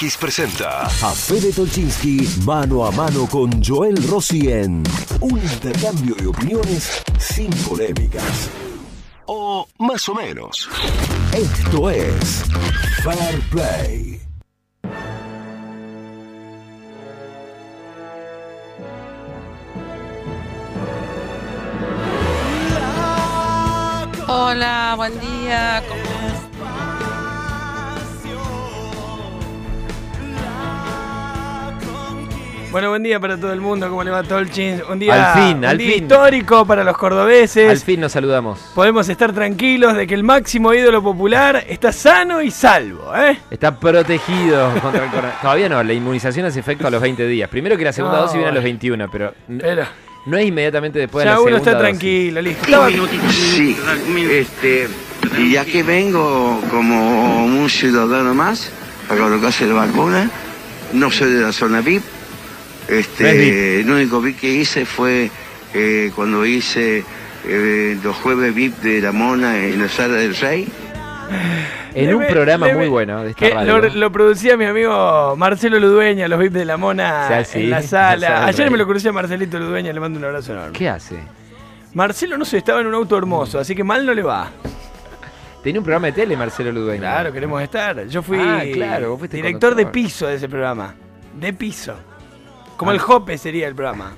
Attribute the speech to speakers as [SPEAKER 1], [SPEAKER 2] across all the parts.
[SPEAKER 1] Kiss presenta
[SPEAKER 2] A Fede Tolchinsky, mano a mano con Joel Rocien. Un intercambio de opiniones sin polémicas.
[SPEAKER 1] O más o menos.
[SPEAKER 2] Esto es Fair Play.
[SPEAKER 3] Hola, buen día. ¿Cómo-
[SPEAKER 4] Bueno, buen día para todo el mundo, ¿cómo le va Tolchin? Un día,
[SPEAKER 5] Al fin,
[SPEAKER 4] un
[SPEAKER 5] al
[SPEAKER 4] día
[SPEAKER 5] fin.
[SPEAKER 4] histórico para los cordobeses.
[SPEAKER 5] Al fin nos saludamos.
[SPEAKER 4] Podemos estar tranquilos de que el máximo ídolo popular está sano y salvo, ¿eh?
[SPEAKER 5] Está protegido contra el corona. Todavía no, la inmunización hace efecto a los 20 días. Primero que la segunda
[SPEAKER 4] No,
[SPEAKER 5] dosis viene a los
[SPEAKER 4] bueno.
[SPEAKER 5] 21, pero n-
[SPEAKER 4] Pero
[SPEAKER 5] no es inmediatamente después de
[SPEAKER 4] ya
[SPEAKER 5] la
[SPEAKER 4] uno
[SPEAKER 5] segunda
[SPEAKER 4] está
[SPEAKER 5] dosis.
[SPEAKER 4] tranquilo, listo. Estaba-
[SPEAKER 6] Sí, este, y ya que vengo como un ciudadano más a colocarse la vacuna, no soy de la zona VIP.
[SPEAKER 5] No es
[SPEAKER 6] Este, el único VIP que hice fue eh, cuando hice eh, los jueves VIP de la Mona en la Sala del Rey.
[SPEAKER 5] En
[SPEAKER 4] le
[SPEAKER 5] un
[SPEAKER 4] ve-
[SPEAKER 5] programa
[SPEAKER 4] le
[SPEAKER 5] muy
[SPEAKER 4] ve-
[SPEAKER 5] bueno de esta
[SPEAKER 4] que
[SPEAKER 5] radio.
[SPEAKER 4] lo, lo producía mi amigo Marcelo Ludueña, los VIP de la Mona
[SPEAKER 5] Ya, sí,
[SPEAKER 4] en la
[SPEAKER 5] ya
[SPEAKER 4] sala.
[SPEAKER 5] saben,
[SPEAKER 4] Ayer
[SPEAKER 5] rey.
[SPEAKER 4] me lo crucé a Marcelito Ludueña, le mando un abrazo enorme.
[SPEAKER 5] ¿Qué hace?
[SPEAKER 4] Marcelo, no sé, estaba en un auto hermoso, así que mal no le va.
[SPEAKER 5] Tenía un programa de tele, Marcelo Ludueña.
[SPEAKER 4] Claro, queremos estar. Yo fui
[SPEAKER 5] Ah, claro, vos fuiste
[SPEAKER 4] director de
[SPEAKER 5] conductor.
[SPEAKER 4] piso de ese programa. De piso. Como
[SPEAKER 5] Ah.
[SPEAKER 4] el Jope sería el programa.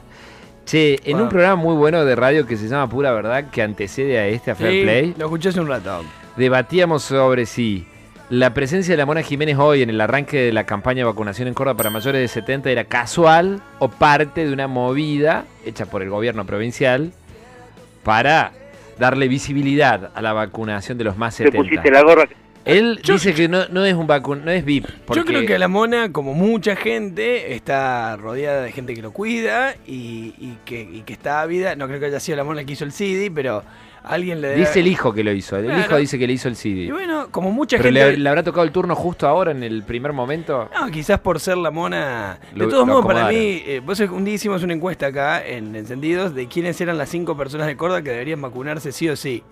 [SPEAKER 5] Che, en
[SPEAKER 4] Wow.
[SPEAKER 5] un programa muy bueno de radio que se llama Pura Verdad, que antecede a este, a Fair
[SPEAKER 4] Sí,
[SPEAKER 5] Play,
[SPEAKER 4] Lo escuché hace un rato.
[SPEAKER 5] debatíamos sobre si la presencia de la Mona Jiménez hoy en el arranque de la campaña de vacunación en Córdoba para mayores de 70 era casual o parte de una movida hecha por el gobierno provincial para darle visibilidad a la vacunación de los más 70. Él
[SPEAKER 4] Yo-
[SPEAKER 5] dice que no, no es un vacu- no es VIP. Porque
[SPEAKER 4] Yo creo que la mona, como mucha gente, está rodeada de gente que lo cuida y, y que, y que está ávida. No creo que haya sido la mona que hizo el CD, pero alguien le debe-
[SPEAKER 5] dice el hijo que lo hizo. El
[SPEAKER 4] Claro.
[SPEAKER 5] hijo dice que le hizo el
[SPEAKER 4] Y
[SPEAKER 5] CD.
[SPEAKER 4] bueno, como mucha
[SPEAKER 5] Pero le,
[SPEAKER 4] gente.
[SPEAKER 5] le habrá tocado el turno justo ahora en el primer momento.
[SPEAKER 4] No, quizás por ser la mona. De
[SPEAKER 5] Lo-
[SPEAKER 4] todos
[SPEAKER 5] lo
[SPEAKER 4] modos, para
[SPEAKER 5] acomodaron.
[SPEAKER 4] mí, eh, vos sabés que un día hicimos una encuesta acá en Encendidos de quiénes eran las cinco personas de Córdoba que deberían vacunarse sí o sí.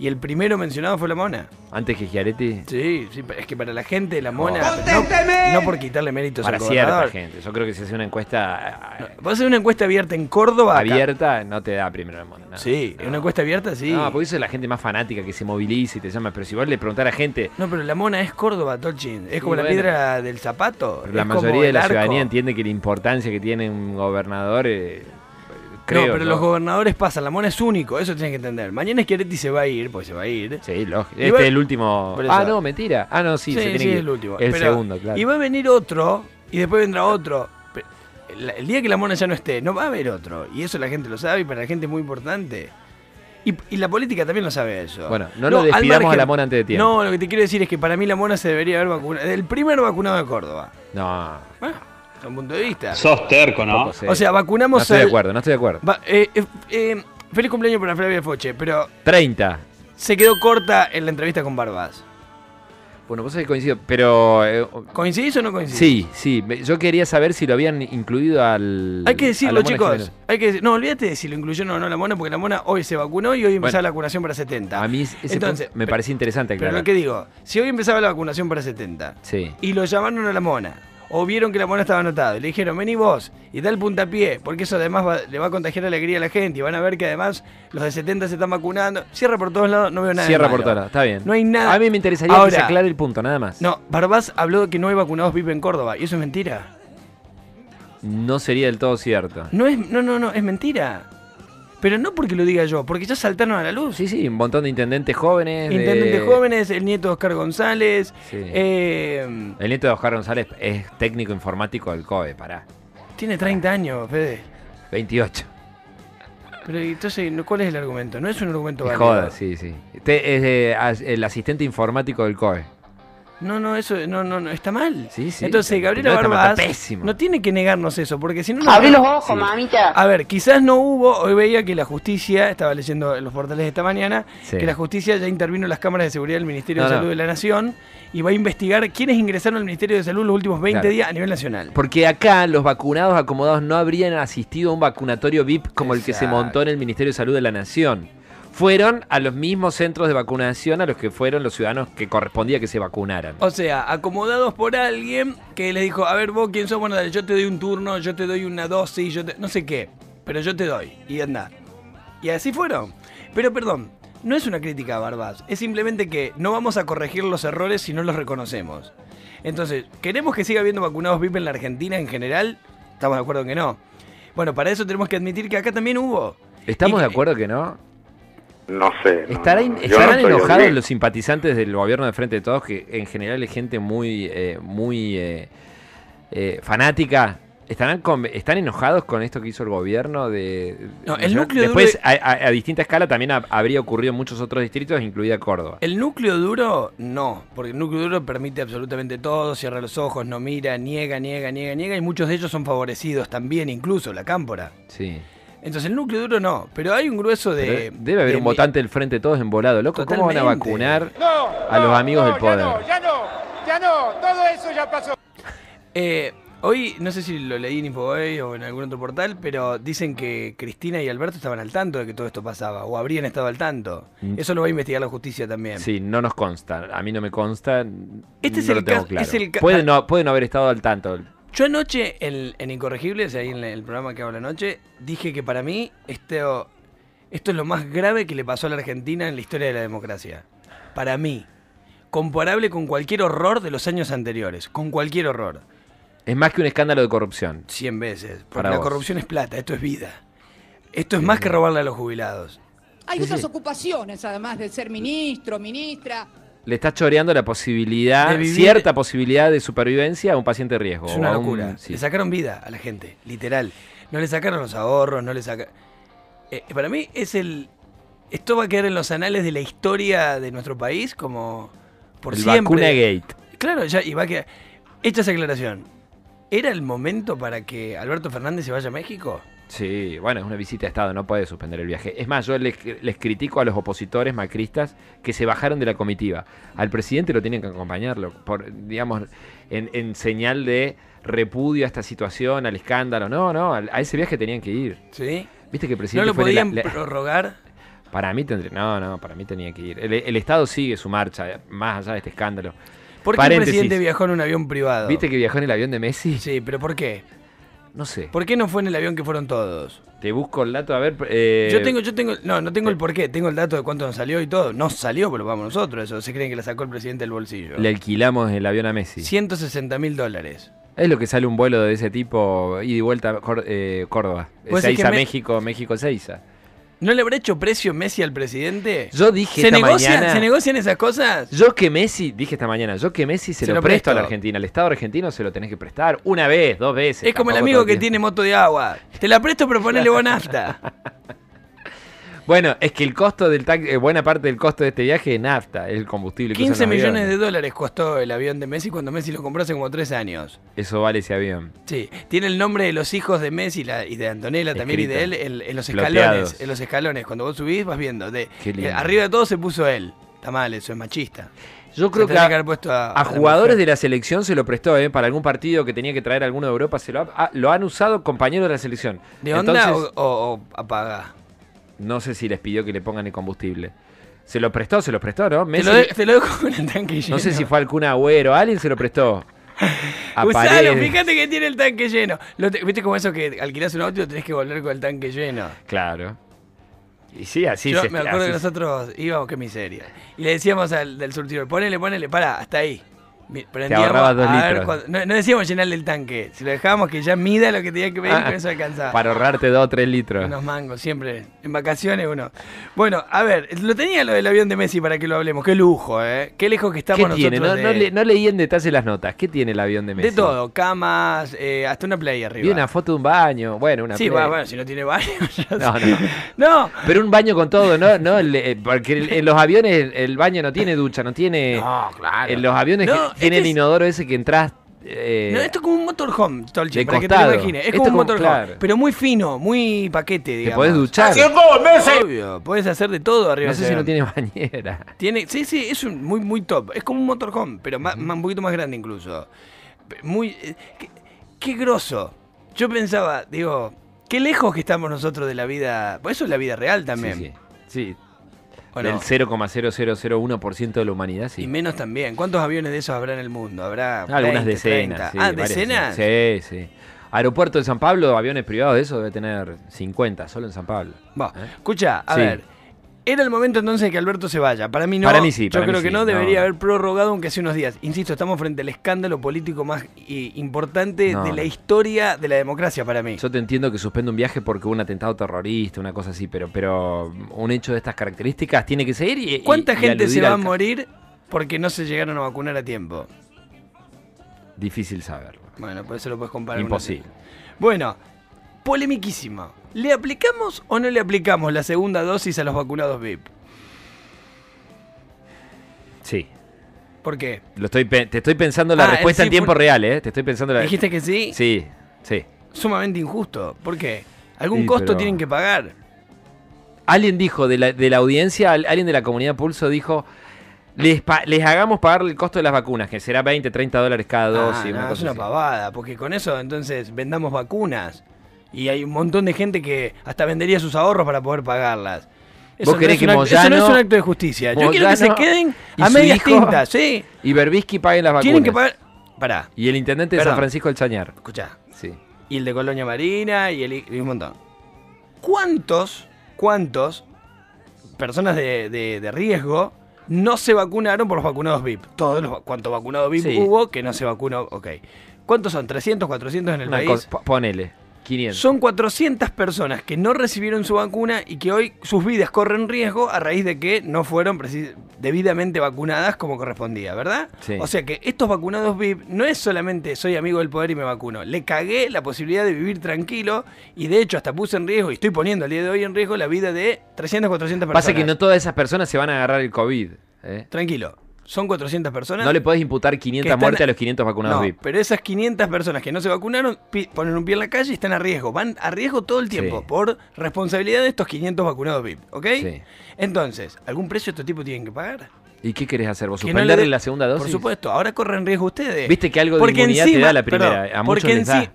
[SPEAKER 4] Y el primero mencionado fue la mona.
[SPEAKER 5] Antes que Giaretti.
[SPEAKER 4] Sí, sí, es que para la gente la mona.
[SPEAKER 5] Joder.
[SPEAKER 4] pero No, no por quitarle méritos
[SPEAKER 5] Oh, Para
[SPEAKER 4] al
[SPEAKER 5] cierta
[SPEAKER 4] gobernador.
[SPEAKER 5] gente. Yo creo que si hace una encuesta eh,
[SPEAKER 4] Vos haces una encuesta abierta en Córdoba. acá.
[SPEAKER 5] abierta no te da primero el mundo. no.
[SPEAKER 4] Sí,
[SPEAKER 5] no.
[SPEAKER 4] una encuesta abierta sí.
[SPEAKER 5] No, porque eso es la gente más fanática que se moviliza y te llama. Pero si vos le preguntás a la gente,
[SPEAKER 4] No, pero la mona es Córdoba, Tolchin. Es
[SPEAKER 5] Sí,
[SPEAKER 4] como la
[SPEAKER 5] bueno.
[SPEAKER 4] piedra del zapato.
[SPEAKER 5] la
[SPEAKER 4] es como
[SPEAKER 5] mayoría de
[SPEAKER 4] el
[SPEAKER 5] la
[SPEAKER 4] arco.
[SPEAKER 5] ciudadanía entiende que la importancia que tiene un gobernador, eh, creo.
[SPEAKER 4] no, pero los gobernadores pasan, la mona es único, eso tienes que entender. Mañana Schiaretti se va a ir, pues se va a ir.
[SPEAKER 5] Sí, lógico.
[SPEAKER 4] Y
[SPEAKER 5] Este
[SPEAKER 4] va-
[SPEAKER 5] es el último.
[SPEAKER 4] Por eso.
[SPEAKER 5] Ah, no, mentira. Ah, no, sí, se tiene que ir.
[SPEAKER 4] el último.
[SPEAKER 5] El
[SPEAKER 4] Pero-
[SPEAKER 5] segundo, claro.
[SPEAKER 4] Y va a venir otro, y después vendrá otro. Pe- la- El día que la mona ya no esté, no va a haber otro. Y eso la gente lo sabe, y para la gente es muy importante. Y, y la política también lo sabe eso.
[SPEAKER 5] Bueno, no nos
[SPEAKER 4] al
[SPEAKER 5] despidamos a la mona antes de tiempo.
[SPEAKER 4] No, lo que te quiero decir es que para mí la mona se debería haber vacunado. El primer vacunado de Córdoba.
[SPEAKER 5] No,
[SPEAKER 4] Bueno, es un punto de vista.
[SPEAKER 7] Sos terco, ¿no?
[SPEAKER 5] tampoco sé.
[SPEAKER 4] O sea,
[SPEAKER 5] no
[SPEAKER 4] vacunamos
[SPEAKER 5] estoy de
[SPEAKER 4] al-
[SPEAKER 5] acuerdo, no estoy de acuerdo.
[SPEAKER 4] va- eh, eh, eh, feliz cumpleaños para Flavia Foche, pero
[SPEAKER 5] 30.
[SPEAKER 4] se quedó corta en la entrevista con Barbas.
[SPEAKER 5] Bueno, vos sabés que coincido, pero. eh,
[SPEAKER 4] ¿Coincidís o no coincidís?
[SPEAKER 5] sí, sí. me- Yo quería saber si lo habían incluido al.
[SPEAKER 4] Hay que
[SPEAKER 5] a
[SPEAKER 4] decirlo,
[SPEAKER 5] la Mona
[SPEAKER 4] chicos.
[SPEAKER 5] Jiménez.
[SPEAKER 4] Hay que decir- No, olvídate de si lo incluyeron o no la mona, porque la mona hoy se vacunó y hoy empezaba
[SPEAKER 5] Bueno.
[SPEAKER 4] la vacunación para 70.
[SPEAKER 5] A mí ese punto
[SPEAKER 4] Entonces,
[SPEAKER 5] me
[SPEAKER 4] pe-
[SPEAKER 5] parece interesante,
[SPEAKER 4] Pero
[SPEAKER 5] claro.
[SPEAKER 4] lo que digo, si hoy empezaba la vacunación para 70
[SPEAKER 5] Sí.
[SPEAKER 4] y lo llamaron a la mona, o vieron que la mona estaba anotada, y le dijeron, vení vos y da el puntapié, porque eso además va- le va a contagiar alegría a la gente y van a ver que además los de 70 se están vacunando. Cierra por todos lados, no veo nada. de
[SPEAKER 5] Cierra
[SPEAKER 4] malo.
[SPEAKER 5] por todas, está bien.
[SPEAKER 4] No hay nada.
[SPEAKER 5] A mí me interesaría que se
[SPEAKER 4] Ahora,
[SPEAKER 5] aclare el punto, nada más.
[SPEAKER 4] No, Barbás habló de que no hay vacunados VIP en Córdoba, y eso es mentira.
[SPEAKER 5] No sería del todo cierto.
[SPEAKER 4] No es, no, no, no, es mentira. Pero no porque lo diga yo, porque ya saltaron a la luz.
[SPEAKER 5] Sí, sí, un montón de intendentes jóvenes. de-
[SPEAKER 4] Intendentes jóvenes, el nieto de Oscar González.
[SPEAKER 5] Sí.
[SPEAKER 4] eh,
[SPEAKER 5] El nieto de Oscar González es técnico informático del COE, pará.
[SPEAKER 4] tiene 30 años, Fede.
[SPEAKER 5] 28.
[SPEAKER 4] Pero entonces, ¿no- ¿cuál es el argumento? No es un argumento
[SPEAKER 5] Me
[SPEAKER 4] válido.
[SPEAKER 5] joda, sí, sí. Este es eh, as- el asistente informático del COE.
[SPEAKER 4] No, no, eso no, no, no, está mal.
[SPEAKER 5] Sí, sí,
[SPEAKER 4] Entonces,
[SPEAKER 5] está-
[SPEAKER 4] Gabriela
[SPEAKER 5] no, está- está
[SPEAKER 4] Barbás
[SPEAKER 5] pésimo.
[SPEAKER 4] no tiene que negarnos eso, porque si no... no-
[SPEAKER 8] Abrí los ojos,
[SPEAKER 5] Sí.
[SPEAKER 8] mamita.
[SPEAKER 4] A ver, quizás no hubo, hoy veía que la justicia, estaba leyendo en los portales de esta mañana,
[SPEAKER 5] Sí.
[SPEAKER 4] que la justicia ya intervino en las cámaras de seguridad del Ministerio
[SPEAKER 5] No,
[SPEAKER 4] de
[SPEAKER 5] no.
[SPEAKER 4] Salud de la Nación y va a investigar quiénes ingresaron al Ministerio de Salud los últimos 20
[SPEAKER 5] Claro.
[SPEAKER 4] días a nivel nacional.
[SPEAKER 5] Porque acá los vacunados acomodados no habrían asistido a un vacunatorio VIP como el que se
[SPEAKER 4] Exacto.
[SPEAKER 5] montó en el Ministerio de Salud de la Nación. fueron a los mismos centros de vacunación a los que fueron los ciudadanos que correspondía que se vacunaran.
[SPEAKER 4] O sea, acomodados por alguien que les dijo, a ver vos quién sos, bueno, dale, yo te doy un turno, yo te doy una dosis, yo te... no sé qué, pero yo te doy y anda. Y así fueron. Pero perdón, no es una crítica a Barbás, es simplemente que no vamos a corregir los errores si no los reconocemos. Entonces, ¿queremos que siga habiendo vacunados VIP en la Argentina en general? Estamos de acuerdo en que no. Bueno, para eso tenemos que admitir que acá también hubo.
[SPEAKER 5] ¿Estamos
[SPEAKER 4] Y-
[SPEAKER 5] de acuerdo que no?
[SPEAKER 7] No sé. no,
[SPEAKER 5] ¿Estará
[SPEAKER 7] no,
[SPEAKER 5] in-
[SPEAKER 7] no, yo no
[SPEAKER 5] ¿Estarán
[SPEAKER 7] estoy
[SPEAKER 5] enojados
[SPEAKER 7] obli-
[SPEAKER 5] los simpatizantes del gobierno de Frente de Todos, que en general es gente muy, eh, muy eh, eh, fanática? ¿Estarán, con- ¿Están enojados con esto que hizo el gobierno? de
[SPEAKER 4] No, el núcleo duro
[SPEAKER 5] Después,
[SPEAKER 4] de-
[SPEAKER 5] a, a- a distinta escala, también ha- habría ocurrido en muchos otros distritos, incluida Córdoba.
[SPEAKER 4] El núcleo duro, no, porque el núcleo duro permite absolutamente todo, cierra los ojos, no mira, niega, niega, niega, niega, y muchos de ellos son favorecidos también, incluso la cámpora.
[SPEAKER 5] Sí.
[SPEAKER 4] Entonces el núcleo duro no, pero hay un grueso
[SPEAKER 5] Pero
[SPEAKER 4] de...
[SPEAKER 5] debe haber
[SPEAKER 4] de
[SPEAKER 5] un
[SPEAKER 4] mi-
[SPEAKER 5] votante del Frente de Todos embolado, loco. ¿Cómo van a
[SPEAKER 4] Totalmente.
[SPEAKER 5] vacunar a los amigos del poder?
[SPEAKER 4] Eh, hoy, no sé si lo leí en Infobae o en algún otro portal, pero dicen que Cristina y Alberto estaban al tanto de que todo esto pasaba, o habrían estado al tanto.
[SPEAKER 5] Mm.
[SPEAKER 4] Eso lo va a investigar la justicia también.
[SPEAKER 5] Sí, no nos consta. A mí no me consta.
[SPEAKER 4] Este
[SPEAKER 5] Este
[SPEAKER 4] es
[SPEAKER 5] es, no
[SPEAKER 4] el
[SPEAKER 5] lo tengo
[SPEAKER 4] cas-
[SPEAKER 5] claro.
[SPEAKER 4] es el ca- ah.
[SPEAKER 5] puede, no, puede no haber estado al tanto.
[SPEAKER 4] Yo anoche, en, en Incorregibles, ahí en la- el programa que hago la noche, dije que para mí esto, esto es lo más grave que le pasó a la Argentina en la historia de la democracia. Para mí. Comparable con cualquier horror de los años anteriores. Con cualquier horror.
[SPEAKER 5] Es más que un escándalo de corrupción.
[SPEAKER 4] 100 veces. Porque
[SPEAKER 5] Para
[SPEAKER 4] la
[SPEAKER 5] vos.
[SPEAKER 4] corrupción es plata, esto es vida. Esto es más que robarle a los jubilados.
[SPEAKER 8] Hay
[SPEAKER 5] Sí,
[SPEAKER 8] otras
[SPEAKER 5] sí.
[SPEAKER 8] ocupaciones, además de ser ministro, ministra.
[SPEAKER 5] Le estás choreando la posibilidad,
[SPEAKER 4] De vivir-
[SPEAKER 5] cierta posibilidad de supervivencia a un paciente de riesgo.
[SPEAKER 4] Es
[SPEAKER 5] o
[SPEAKER 4] una
[SPEAKER 5] a un-
[SPEAKER 4] locura.
[SPEAKER 5] sí.
[SPEAKER 4] Le sacaron vida a la gente, literal. No le sacaron los ahorros, no le sacaron... para mí es el... Esto va a quedar en los anales de la historia de nuestro país como por
[SPEAKER 5] El
[SPEAKER 4] siempre.
[SPEAKER 5] vacuna gate.
[SPEAKER 4] Claro, ya, y va a quedar... Hecha esa aclaración. ¿Era el momento para que Alberto Fernández se vaya a México?
[SPEAKER 5] Sí, bueno, es una visita a Estado, no puede suspender el viaje. Es más, yo les, les critico a los opositores macristas que se bajaron de la comitiva. Al presidente lo tienen que acompañarlo, por, digamos, en, en señal de repudio a esta situación, al escándalo. No, no, al- a ese viaje tenían que ir.
[SPEAKER 4] ¿Sí?
[SPEAKER 5] Viste que
[SPEAKER 4] ¿No
[SPEAKER 5] el presidente
[SPEAKER 4] lo
[SPEAKER 5] fue la-
[SPEAKER 4] podían
[SPEAKER 5] la-
[SPEAKER 4] prorrogar?
[SPEAKER 5] Para mí tendría. No, no, para mí tenía que ir. El, el Estado sigue su marcha, eh, más allá de este escándalo.
[SPEAKER 4] ¿Por qué el
[SPEAKER 5] Paréntesis.
[SPEAKER 4] presidente viajó en un avión privado?
[SPEAKER 5] ¿Viste que viajó en el avión de Messi?
[SPEAKER 4] Sí, pero ¿por qué?
[SPEAKER 5] No sé.
[SPEAKER 4] ¿Por qué no fue en el avión que fueron todos?
[SPEAKER 5] Te busco el dato, a ver. eh,
[SPEAKER 4] Yo tengo, yo tengo, no, no tengo el porqué, tengo el dato de cuánto nos salió y todo. No salió, pero vamos nosotros, eso. Se creen que la sacó el presidente del bolsillo.
[SPEAKER 5] Le alquilamos el avión a Messi.
[SPEAKER 4] 160 mil dólares.
[SPEAKER 5] Es lo que sale un vuelo de ese tipo, ida y vuelta a Cor- eh, Córdoba.
[SPEAKER 4] Vos decís
[SPEAKER 5] Seiza,
[SPEAKER 4] Pues que me-
[SPEAKER 5] México, México, Seiza.
[SPEAKER 4] ¿No le habrá hecho precio Messi al presidente?
[SPEAKER 5] Yo dije
[SPEAKER 4] ¿Se,
[SPEAKER 5] esta
[SPEAKER 4] negocian,
[SPEAKER 5] mañana.
[SPEAKER 4] ¿Se negocian esas cosas?
[SPEAKER 5] Yo que Messi, dije esta mañana, yo que Messi
[SPEAKER 4] Se
[SPEAKER 5] se, lo,
[SPEAKER 4] lo
[SPEAKER 5] presto a la
[SPEAKER 4] presto.
[SPEAKER 5] Argentina. Al Estado argentino se lo tenés que prestar una vez, dos veces.
[SPEAKER 4] es como el
[SPEAKER 5] tampoco
[SPEAKER 4] amigo
[SPEAKER 5] todo
[SPEAKER 4] que
[SPEAKER 5] el tiempo.
[SPEAKER 4] tiene moto de agua. Te la presto, pero ponele bonafta.
[SPEAKER 5] Bueno, es que el costo del taxi, eh, buena parte del costo de este viaje es nafta, es el combustible que
[SPEAKER 4] 15
[SPEAKER 5] usan los
[SPEAKER 4] millones de
[SPEAKER 5] aviones.
[SPEAKER 4] dólares costó el avión de Messi cuando Messi lo compró hace como tres años.
[SPEAKER 5] Eso vale ese avión.
[SPEAKER 4] Sí, tiene el nombre de los hijos de Messi la- y de Antonella también y de él
[SPEAKER 5] Escrito.
[SPEAKER 4] en, en los escalones.
[SPEAKER 5] Floteados.
[SPEAKER 4] En los escalones, cuando vos subís vas viendo. De,
[SPEAKER 5] Qué lindo.
[SPEAKER 4] eh, arriba de todo se puso él. Está mal, eso es machista.
[SPEAKER 5] Yo creo
[SPEAKER 4] Se
[SPEAKER 5] que
[SPEAKER 4] tenía
[SPEAKER 5] a,
[SPEAKER 4] haber puesto a,
[SPEAKER 5] a jugadores de la selección se lo prestó, ¿eh? Para algún partido que tenía que traer alguno de Europa, se lo, ha- ah, lo han usado compañeros de la selección.
[SPEAKER 4] ¿De onda
[SPEAKER 5] Entonces,
[SPEAKER 4] o, o- o apaga?
[SPEAKER 5] no sé si les pidió que le pongan el combustible. Se lo prestó, se lo prestó, ¿no?
[SPEAKER 4] Te
[SPEAKER 5] Messi,
[SPEAKER 4] lo, de- te lo dejo con el tanque lleno.
[SPEAKER 5] no sé si fue al Kun Agüero, alguien se lo prestó. A
[SPEAKER 4] Usalo,
[SPEAKER 5] Paredes.
[SPEAKER 4] fíjate que tiene el tanque lleno. Lo te- ¿Viste como eso que alquilás un auto y lo tenés que volver con el tanque lleno?
[SPEAKER 5] Claro. Y sí, así
[SPEAKER 4] Yo
[SPEAKER 5] se
[SPEAKER 4] me acuerdo
[SPEAKER 5] así
[SPEAKER 4] que
[SPEAKER 5] se-
[SPEAKER 4] nosotros íbamos, qué miseria. Y le decíamos al del surtidor, ponele, ponele, pará, hasta ahí. Mi-
[SPEAKER 5] ahorrabas dos
[SPEAKER 4] a ver
[SPEAKER 5] litros.
[SPEAKER 4] cuándo- no, no decíamos llenarle el tanque, si lo dejábamos que ya mida lo que tenía que pedir,
[SPEAKER 5] Ah,
[SPEAKER 4] con eso alcanzaba.
[SPEAKER 5] Para ahorrarte dos o tres litros.
[SPEAKER 4] Unos mangos, siempre. En vacaciones uno. Bueno, a ver, lo tenía lo del avión de Messi para que lo hablemos. Qué lujo, ¿eh? Qué lejos que estamos
[SPEAKER 5] ¿Qué tiene? No,
[SPEAKER 4] nosotros.
[SPEAKER 5] no
[SPEAKER 4] de,
[SPEAKER 5] le- no leí en detalle las notas. ¿Qué tiene el avión de Messi?
[SPEAKER 4] de todo, camas, eh, hasta una playa arriba.
[SPEAKER 5] Vi una foto de un baño. Bueno, una
[SPEAKER 4] sí,
[SPEAKER 5] play.
[SPEAKER 4] va, bueno, si no tiene baño. ya
[SPEAKER 5] No,
[SPEAKER 4] sé.
[SPEAKER 5] no.
[SPEAKER 4] No,
[SPEAKER 5] Pero un baño con todo, ¿no? no le- eh, porque el- en los aviones el, el baño no tiene ducha, no tiene...
[SPEAKER 4] claro.
[SPEAKER 5] En los aviones
[SPEAKER 4] No, este
[SPEAKER 5] que- tiene el
[SPEAKER 4] es-
[SPEAKER 5] inodoro ese que entras... eh,
[SPEAKER 4] No, esto es como un motorhome, Tolche,
[SPEAKER 5] de
[SPEAKER 4] para que te lo
[SPEAKER 5] costado.
[SPEAKER 4] imagines. Es
[SPEAKER 5] Esto
[SPEAKER 4] como un
[SPEAKER 5] como-
[SPEAKER 4] motorhome,
[SPEAKER 5] claro.
[SPEAKER 4] pero muy fino, muy paquete,
[SPEAKER 5] te
[SPEAKER 4] digamos. Ah,
[SPEAKER 5] podés duchar.
[SPEAKER 4] Obvio, podés hacer de todo arriba.
[SPEAKER 5] No
[SPEAKER 4] de
[SPEAKER 5] sé
[SPEAKER 4] ese
[SPEAKER 5] si no
[SPEAKER 4] avión.
[SPEAKER 5] tiene bañera.
[SPEAKER 4] Tiene, sí, sí, es un, muy, muy top. Es como un motorhome, pero ma- ma- un poquito más grande incluso. Pe- Muy. eh, qué, qué grosso. Yo pensaba, pues digo, qué lejos que estamos nosotros de la vida. Por eso es la vida real también.
[SPEAKER 5] Sí, sí. Sí,
[SPEAKER 4] Bueno.
[SPEAKER 5] del 0,0001% de la humanidad, sí. Ah,
[SPEAKER 4] Y menos también. ¿Cuántos aviones de esos habrá en el mundo? Habrá
[SPEAKER 5] Algunas
[SPEAKER 4] 20, 30.
[SPEAKER 5] decenas. sí,
[SPEAKER 4] ah,
[SPEAKER 5] varias
[SPEAKER 4] decenas.
[SPEAKER 5] Sí, sí. Aeropuerto de San Pablo, aviones privados de eso debe tener 50, solo en San Pablo.
[SPEAKER 4] Va,
[SPEAKER 5] ¿Eh?
[SPEAKER 4] escucha, a
[SPEAKER 5] Sí.
[SPEAKER 4] ver. Era el momento entonces de que Alberto se vaya. Para mí no.
[SPEAKER 5] Para mí sí,
[SPEAKER 4] Yo
[SPEAKER 5] para mí
[SPEAKER 4] creo que
[SPEAKER 5] sí,
[SPEAKER 4] no
[SPEAKER 5] no.
[SPEAKER 4] debería haber prorrogado aunque hace unos días. Insisto, estamos frente al escándalo político más eh, importante
[SPEAKER 5] No,
[SPEAKER 4] de la
[SPEAKER 5] no.
[SPEAKER 4] historia de la democracia para mí.
[SPEAKER 5] Yo te entiendo que suspende un viaje porque hubo un atentado terrorista, una cosa así, pero, pero un hecho de estas características tiene que seguir y. y-
[SPEAKER 4] ¿Cuánta
[SPEAKER 5] y
[SPEAKER 4] gente se
[SPEAKER 5] aludir
[SPEAKER 4] va
[SPEAKER 5] al
[SPEAKER 4] a
[SPEAKER 5] ca-
[SPEAKER 4] morir porque no se llegaron a vacunar a tiempo?
[SPEAKER 5] Difícil saberlo.
[SPEAKER 4] Bueno, por eso lo puedes comparar. con una-
[SPEAKER 5] Imposible.
[SPEAKER 4] Bueno, polemiquísima. ¿Le aplicamos o no le aplicamos la segunda dosis a los vacunados VIP?
[SPEAKER 5] Sí.
[SPEAKER 4] ¿Por qué?
[SPEAKER 5] Lo estoy, pe- te estoy pensando la
[SPEAKER 4] Ah, el
[SPEAKER 5] respuesta
[SPEAKER 4] sí
[SPEAKER 5] en tiempo
[SPEAKER 4] fue-
[SPEAKER 5] real, ¿eh? Te estoy pensando la.
[SPEAKER 4] ¿Dijiste que sí?
[SPEAKER 5] Sí, sí.
[SPEAKER 4] Sumamente injusto. ¿Por qué? Algún
[SPEAKER 5] Sí,
[SPEAKER 4] costo
[SPEAKER 5] pero-
[SPEAKER 4] tienen que pagar.
[SPEAKER 5] Alguien dijo de la, de la audiencia, al- alguien de la comunidad Pulso dijo. Les, pa- les hagamos pagar el costo de las vacunas, que será 20, 30 dólares cada dosis.
[SPEAKER 4] Ah, no,
[SPEAKER 5] una
[SPEAKER 4] es
[SPEAKER 5] cosa
[SPEAKER 4] una
[SPEAKER 5] así.
[SPEAKER 4] pavada, porque con eso entonces vendamos vacunas. Y hay un montón de gente que hasta vendería sus ahorros para poder pagarlas. Eso,
[SPEAKER 5] ¿Vos
[SPEAKER 4] no
[SPEAKER 5] querés
[SPEAKER 4] es,
[SPEAKER 5] que
[SPEAKER 4] un acto, eso no es
[SPEAKER 5] Moyano-
[SPEAKER 4] un acto de justicia. Yo quiero que se
[SPEAKER 5] Moyano
[SPEAKER 4] queden
[SPEAKER 5] y
[SPEAKER 4] a
[SPEAKER 5] su
[SPEAKER 4] medias
[SPEAKER 5] hijo
[SPEAKER 4] tintas, ¿sí?
[SPEAKER 5] Y Berbisky paguen las vacunas.
[SPEAKER 4] Tienen que pagar. Pará,
[SPEAKER 5] Y el intendente de
[SPEAKER 4] Perdón.
[SPEAKER 5] San Francisco el Chañar.
[SPEAKER 4] escuchá.
[SPEAKER 5] Sí.
[SPEAKER 4] Y el de Colonia Marina y, el, y un montón. ¿Cuántos, cuántos personas de, de- de riesgo no se vacunaron por los vacunados VIP? Todos los cuantos vacunados VIP
[SPEAKER 5] Sí.
[SPEAKER 4] hubo que no se vacunó, ok. ¿Cuántos son? ¿300, 400 en el
[SPEAKER 5] Una
[SPEAKER 4] país?
[SPEAKER 5] cosa- po- ponele. 500.
[SPEAKER 4] Son 400 personas que no recibieron su vacuna y que hoy sus vidas corren riesgo a raíz de que no fueron preci- debidamente vacunadas como correspondía, ¿verdad?
[SPEAKER 5] Sí.
[SPEAKER 4] O sea que estos vacunados VIP no es solamente soy amigo del poder y me vacuno. Le cagué la posibilidad de vivir tranquilo y de hecho hasta puse en riesgo y estoy poniendo al día de hoy en riesgo la vida de 300, 400 personas.
[SPEAKER 5] Pasa que no todas esas personas se van a agarrar el COVID. ¿eh?
[SPEAKER 4] Tranquilo, son 400 personas.
[SPEAKER 5] No le podés imputar
[SPEAKER 4] que
[SPEAKER 5] 500
[SPEAKER 4] están-
[SPEAKER 5] muertes a los 500 vacunados
[SPEAKER 4] No,
[SPEAKER 5] VIP.
[SPEAKER 4] Pero esas 500 personas que no se vacunaron pi- ponen un pie en la calle y están a riesgo. Van a riesgo todo el tiempo
[SPEAKER 5] Sí.
[SPEAKER 4] por responsabilidad de estos 500 vacunados VIP. ¿Ok?
[SPEAKER 5] Sí.
[SPEAKER 4] Entonces, ¿algún precio estos tipos tienen que pagar?
[SPEAKER 5] ¿Y qué querés hacer vos?
[SPEAKER 4] Que no le
[SPEAKER 5] ¿Suspenderle
[SPEAKER 4] dé-
[SPEAKER 5] la segunda dosis?
[SPEAKER 4] Por supuesto, ahora corren riesgo ustedes.
[SPEAKER 5] Viste que algo de inmunidad te da la primera, a muchos
[SPEAKER 4] porque
[SPEAKER 5] les da.
[SPEAKER 4] enci-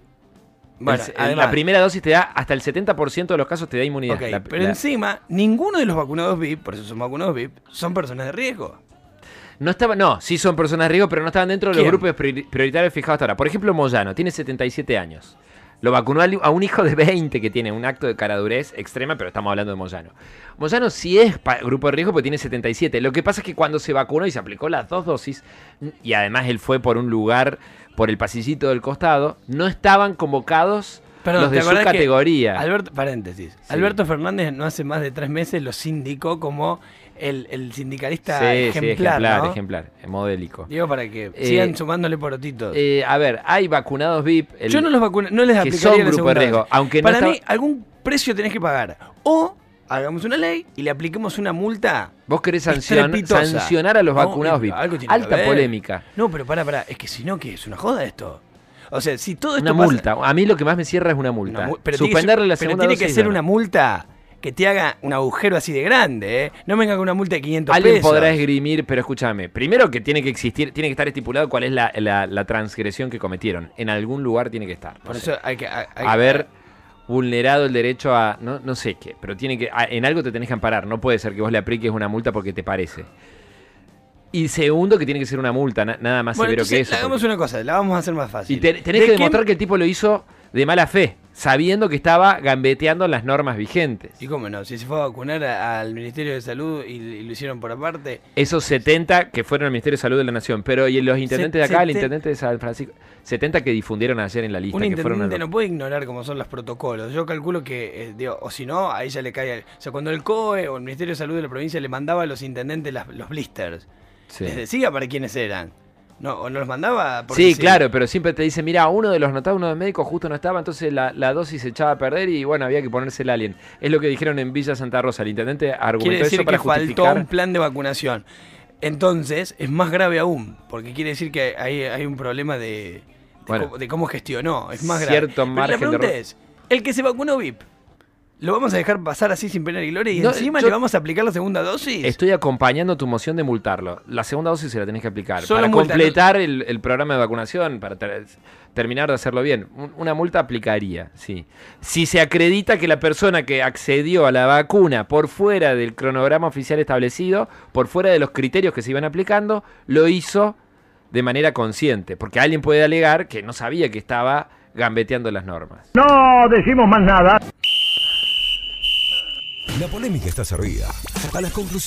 [SPEAKER 4] Bueno,
[SPEAKER 5] El- el-
[SPEAKER 4] además,
[SPEAKER 5] la primera dosis te da, hasta el 70% de los casos te da inmunidad.
[SPEAKER 4] ok,
[SPEAKER 5] La-
[SPEAKER 4] pero
[SPEAKER 5] la-
[SPEAKER 4] encima, ninguno de los vacunados VIP, por eso son vacunados VIP, son personas de riesgo.
[SPEAKER 5] No estaba, no, sí son personas de riesgo, pero no estaban dentro de los
[SPEAKER 4] ¿Quién?
[SPEAKER 5] grupos priori- prioritarios fijados hasta ahora. Por ejemplo, Moyano, tiene 77 años. Lo vacunó al- a un hijo de 20 que tiene un acto de caradurez extrema, pero estamos hablando de Moyano. Moyano sí es pa- grupo de riesgo porque tiene 77. Lo que pasa es que cuando se vacunó y se aplicó las dos dosis, y además él fue por un lugar, por el pasillito del costado, no estaban convocados los
[SPEAKER 4] ¿te
[SPEAKER 5] de su
[SPEAKER 4] acordás que
[SPEAKER 5] categoría.
[SPEAKER 4] Alberto, paréntesis. Alberto Fernández no hace más de tres meses lo sindicó como el, el sindicalista
[SPEAKER 5] sí,
[SPEAKER 4] ejemplar.
[SPEAKER 5] sí, ejemplar,
[SPEAKER 4] ¿no?
[SPEAKER 5] ejemplar, modélico.
[SPEAKER 4] Digo para que
[SPEAKER 5] Eh,
[SPEAKER 4] sigan sumándole porotitos.
[SPEAKER 5] Eh, a ver, hay vacunados VIP. el-
[SPEAKER 4] Yo no los vacuno, no les
[SPEAKER 5] que
[SPEAKER 4] aplicaría
[SPEAKER 5] son
[SPEAKER 4] la
[SPEAKER 5] grupo de
[SPEAKER 4] segunda
[SPEAKER 5] riesgo,
[SPEAKER 4] dosis.
[SPEAKER 5] aunque no
[SPEAKER 4] para
[SPEAKER 5] estaba-
[SPEAKER 4] mí algún precio tenés que pagar o hagamos una ley y le apliquemos una multa.
[SPEAKER 5] Vos querés sancion-
[SPEAKER 4] estrepitosa.
[SPEAKER 5] sancionar a los
[SPEAKER 4] No,
[SPEAKER 5] vacunados
[SPEAKER 4] y-
[SPEAKER 5] VIP.
[SPEAKER 4] algo tiene que
[SPEAKER 5] Alta
[SPEAKER 4] haber.
[SPEAKER 5] polémica.
[SPEAKER 4] No, pero pará, pará, es que si no que es una joda esto. O sea, si todo esto
[SPEAKER 5] Una
[SPEAKER 4] pasa-
[SPEAKER 5] multa. A mí lo que más me cierra es una multa.
[SPEAKER 4] Una mu- pero tiene que
[SPEAKER 5] Suspenderle
[SPEAKER 4] ser-
[SPEAKER 5] la
[SPEAKER 4] pero
[SPEAKER 5] segunda
[SPEAKER 4] tiene que
[SPEAKER 5] dosis,
[SPEAKER 4] ser
[SPEAKER 5] no.
[SPEAKER 4] una multa que te haga un agujero así de grande, ¿eh? No venga con una multa de 500
[SPEAKER 5] Alguien
[SPEAKER 4] pesos.
[SPEAKER 5] podrá esgrimir, pero escúchame. Primero que tiene que existir, tiene que estar estipulado cuál es la, la- la transgresión que cometieron. En algún lugar tiene que estar. no
[SPEAKER 4] Por
[SPEAKER 5] sé.
[SPEAKER 4] eso hay que hay- hay-
[SPEAKER 5] Haber vulnerado el derecho a. No, no sé qué, pero tiene que. a- en algo te tenés que amparar. No puede ser que vos le apliques una multa porque te parece. Y segundo, que tiene que ser una multa, na- nada más
[SPEAKER 4] Bueno,
[SPEAKER 5] severo que
[SPEAKER 4] entonces,
[SPEAKER 5] eso.
[SPEAKER 4] hagamos
[SPEAKER 5] porque-
[SPEAKER 4] una cosa, la vamos a hacer más fácil.
[SPEAKER 5] Y te- tenés
[SPEAKER 4] ¿De
[SPEAKER 5] que
[SPEAKER 4] qué-
[SPEAKER 5] demostrar que el tipo lo hizo de mala fe, sabiendo que estaba gambeteando las normas vigentes.
[SPEAKER 4] Y cómo no, si se fue a vacunar a- al Ministerio de Salud y, y lo hicieron por aparte.
[SPEAKER 5] Esos 70 que fueron al Ministerio de Salud de la Nación, pero y los intendentes de acá, el
[SPEAKER 4] seten-
[SPEAKER 5] intendente de San Francisco, 70 que difundieron ayer en la lista,
[SPEAKER 4] Un
[SPEAKER 5] que fueron
[SPEAKER 4] intendente
[SPEAKER 5] al-
[SPEAKER 4] no puede ignorar cómo son los protocolos. Yo calculo que, eh, digo, o si no, a ella le cae. al- O sea, cuando el COE o el Ministerio de Salud de la provincia le mandaba a los intendentes las- los blisters,
[SPEAKER 5] Sí.
[SPEAKER 4] les decía para quiénes eran. No, o no los mandaba porque
[SPEAKER 5] Sí, claro, pero siempre te dicen, mira, uno de los notados, uno de médicos justo no estaba, entonces la, la dosis se echaba a perder y bueno, había que ponérsela a alguien. Es lo que dijeron en Villa Santa Rosa, el intendente
[SPEAKER 4] Quiere
[SPEAKER 5] argumentó
[SPEAKER 4] decir
[SPEAKER 5] eso para
[SPEAKER 4] que
[SPEAKER 5] justificar.
[SPEAKER 4] faltó un plan de vacunación. Entonces, es más grave aún, porque quiere decir que hay, hay un problema de, de
[SPEAKER 5] Bueno.
[SPEAKER 4] cómo- de cómo gestionó. Es más
[SPEAKER 5] Cierto
[SPEAKER 4] grave. Pero
[SPEAKER 5] margen de
[SPEAKER 4] la pregunta
[SPEAKER 5] error.
[SPEAKER 4] es, el que se vacunó VIP, ¿Lo vamos a dejar pasar así sin pena ni gloria y
[SPEAKER 5] No,
[SPEAKER 4] encima
[SPEAKER 5] yo-
[SPEAKER 4] le vamos a aplicar la segunda dosis?
[SPEAKER 5] Estoy acompañando tu moción de multarlo. La segunda dosis se la tenés que aplicar.
[SPEAKER 4] Solo
[SPEAKER 5] para
[SPEAKER 4] multa,
[SPEAKER 5] completar el, el programa de vacunación, para ter- terminar de hacerlo bien. Un- Una multa aplicaría, sí. Si se acredita que la persona que accedió a la vacuna por fuera del cronograma oficial establecido, por fuera de los criterios que se iban aplicando, lo hizo de manera consciente. Porque alguien puede alegar que no sabía que estaba gambeteando las normas.
[SPEAKER 2] La polémica está servida. A las conclusiones.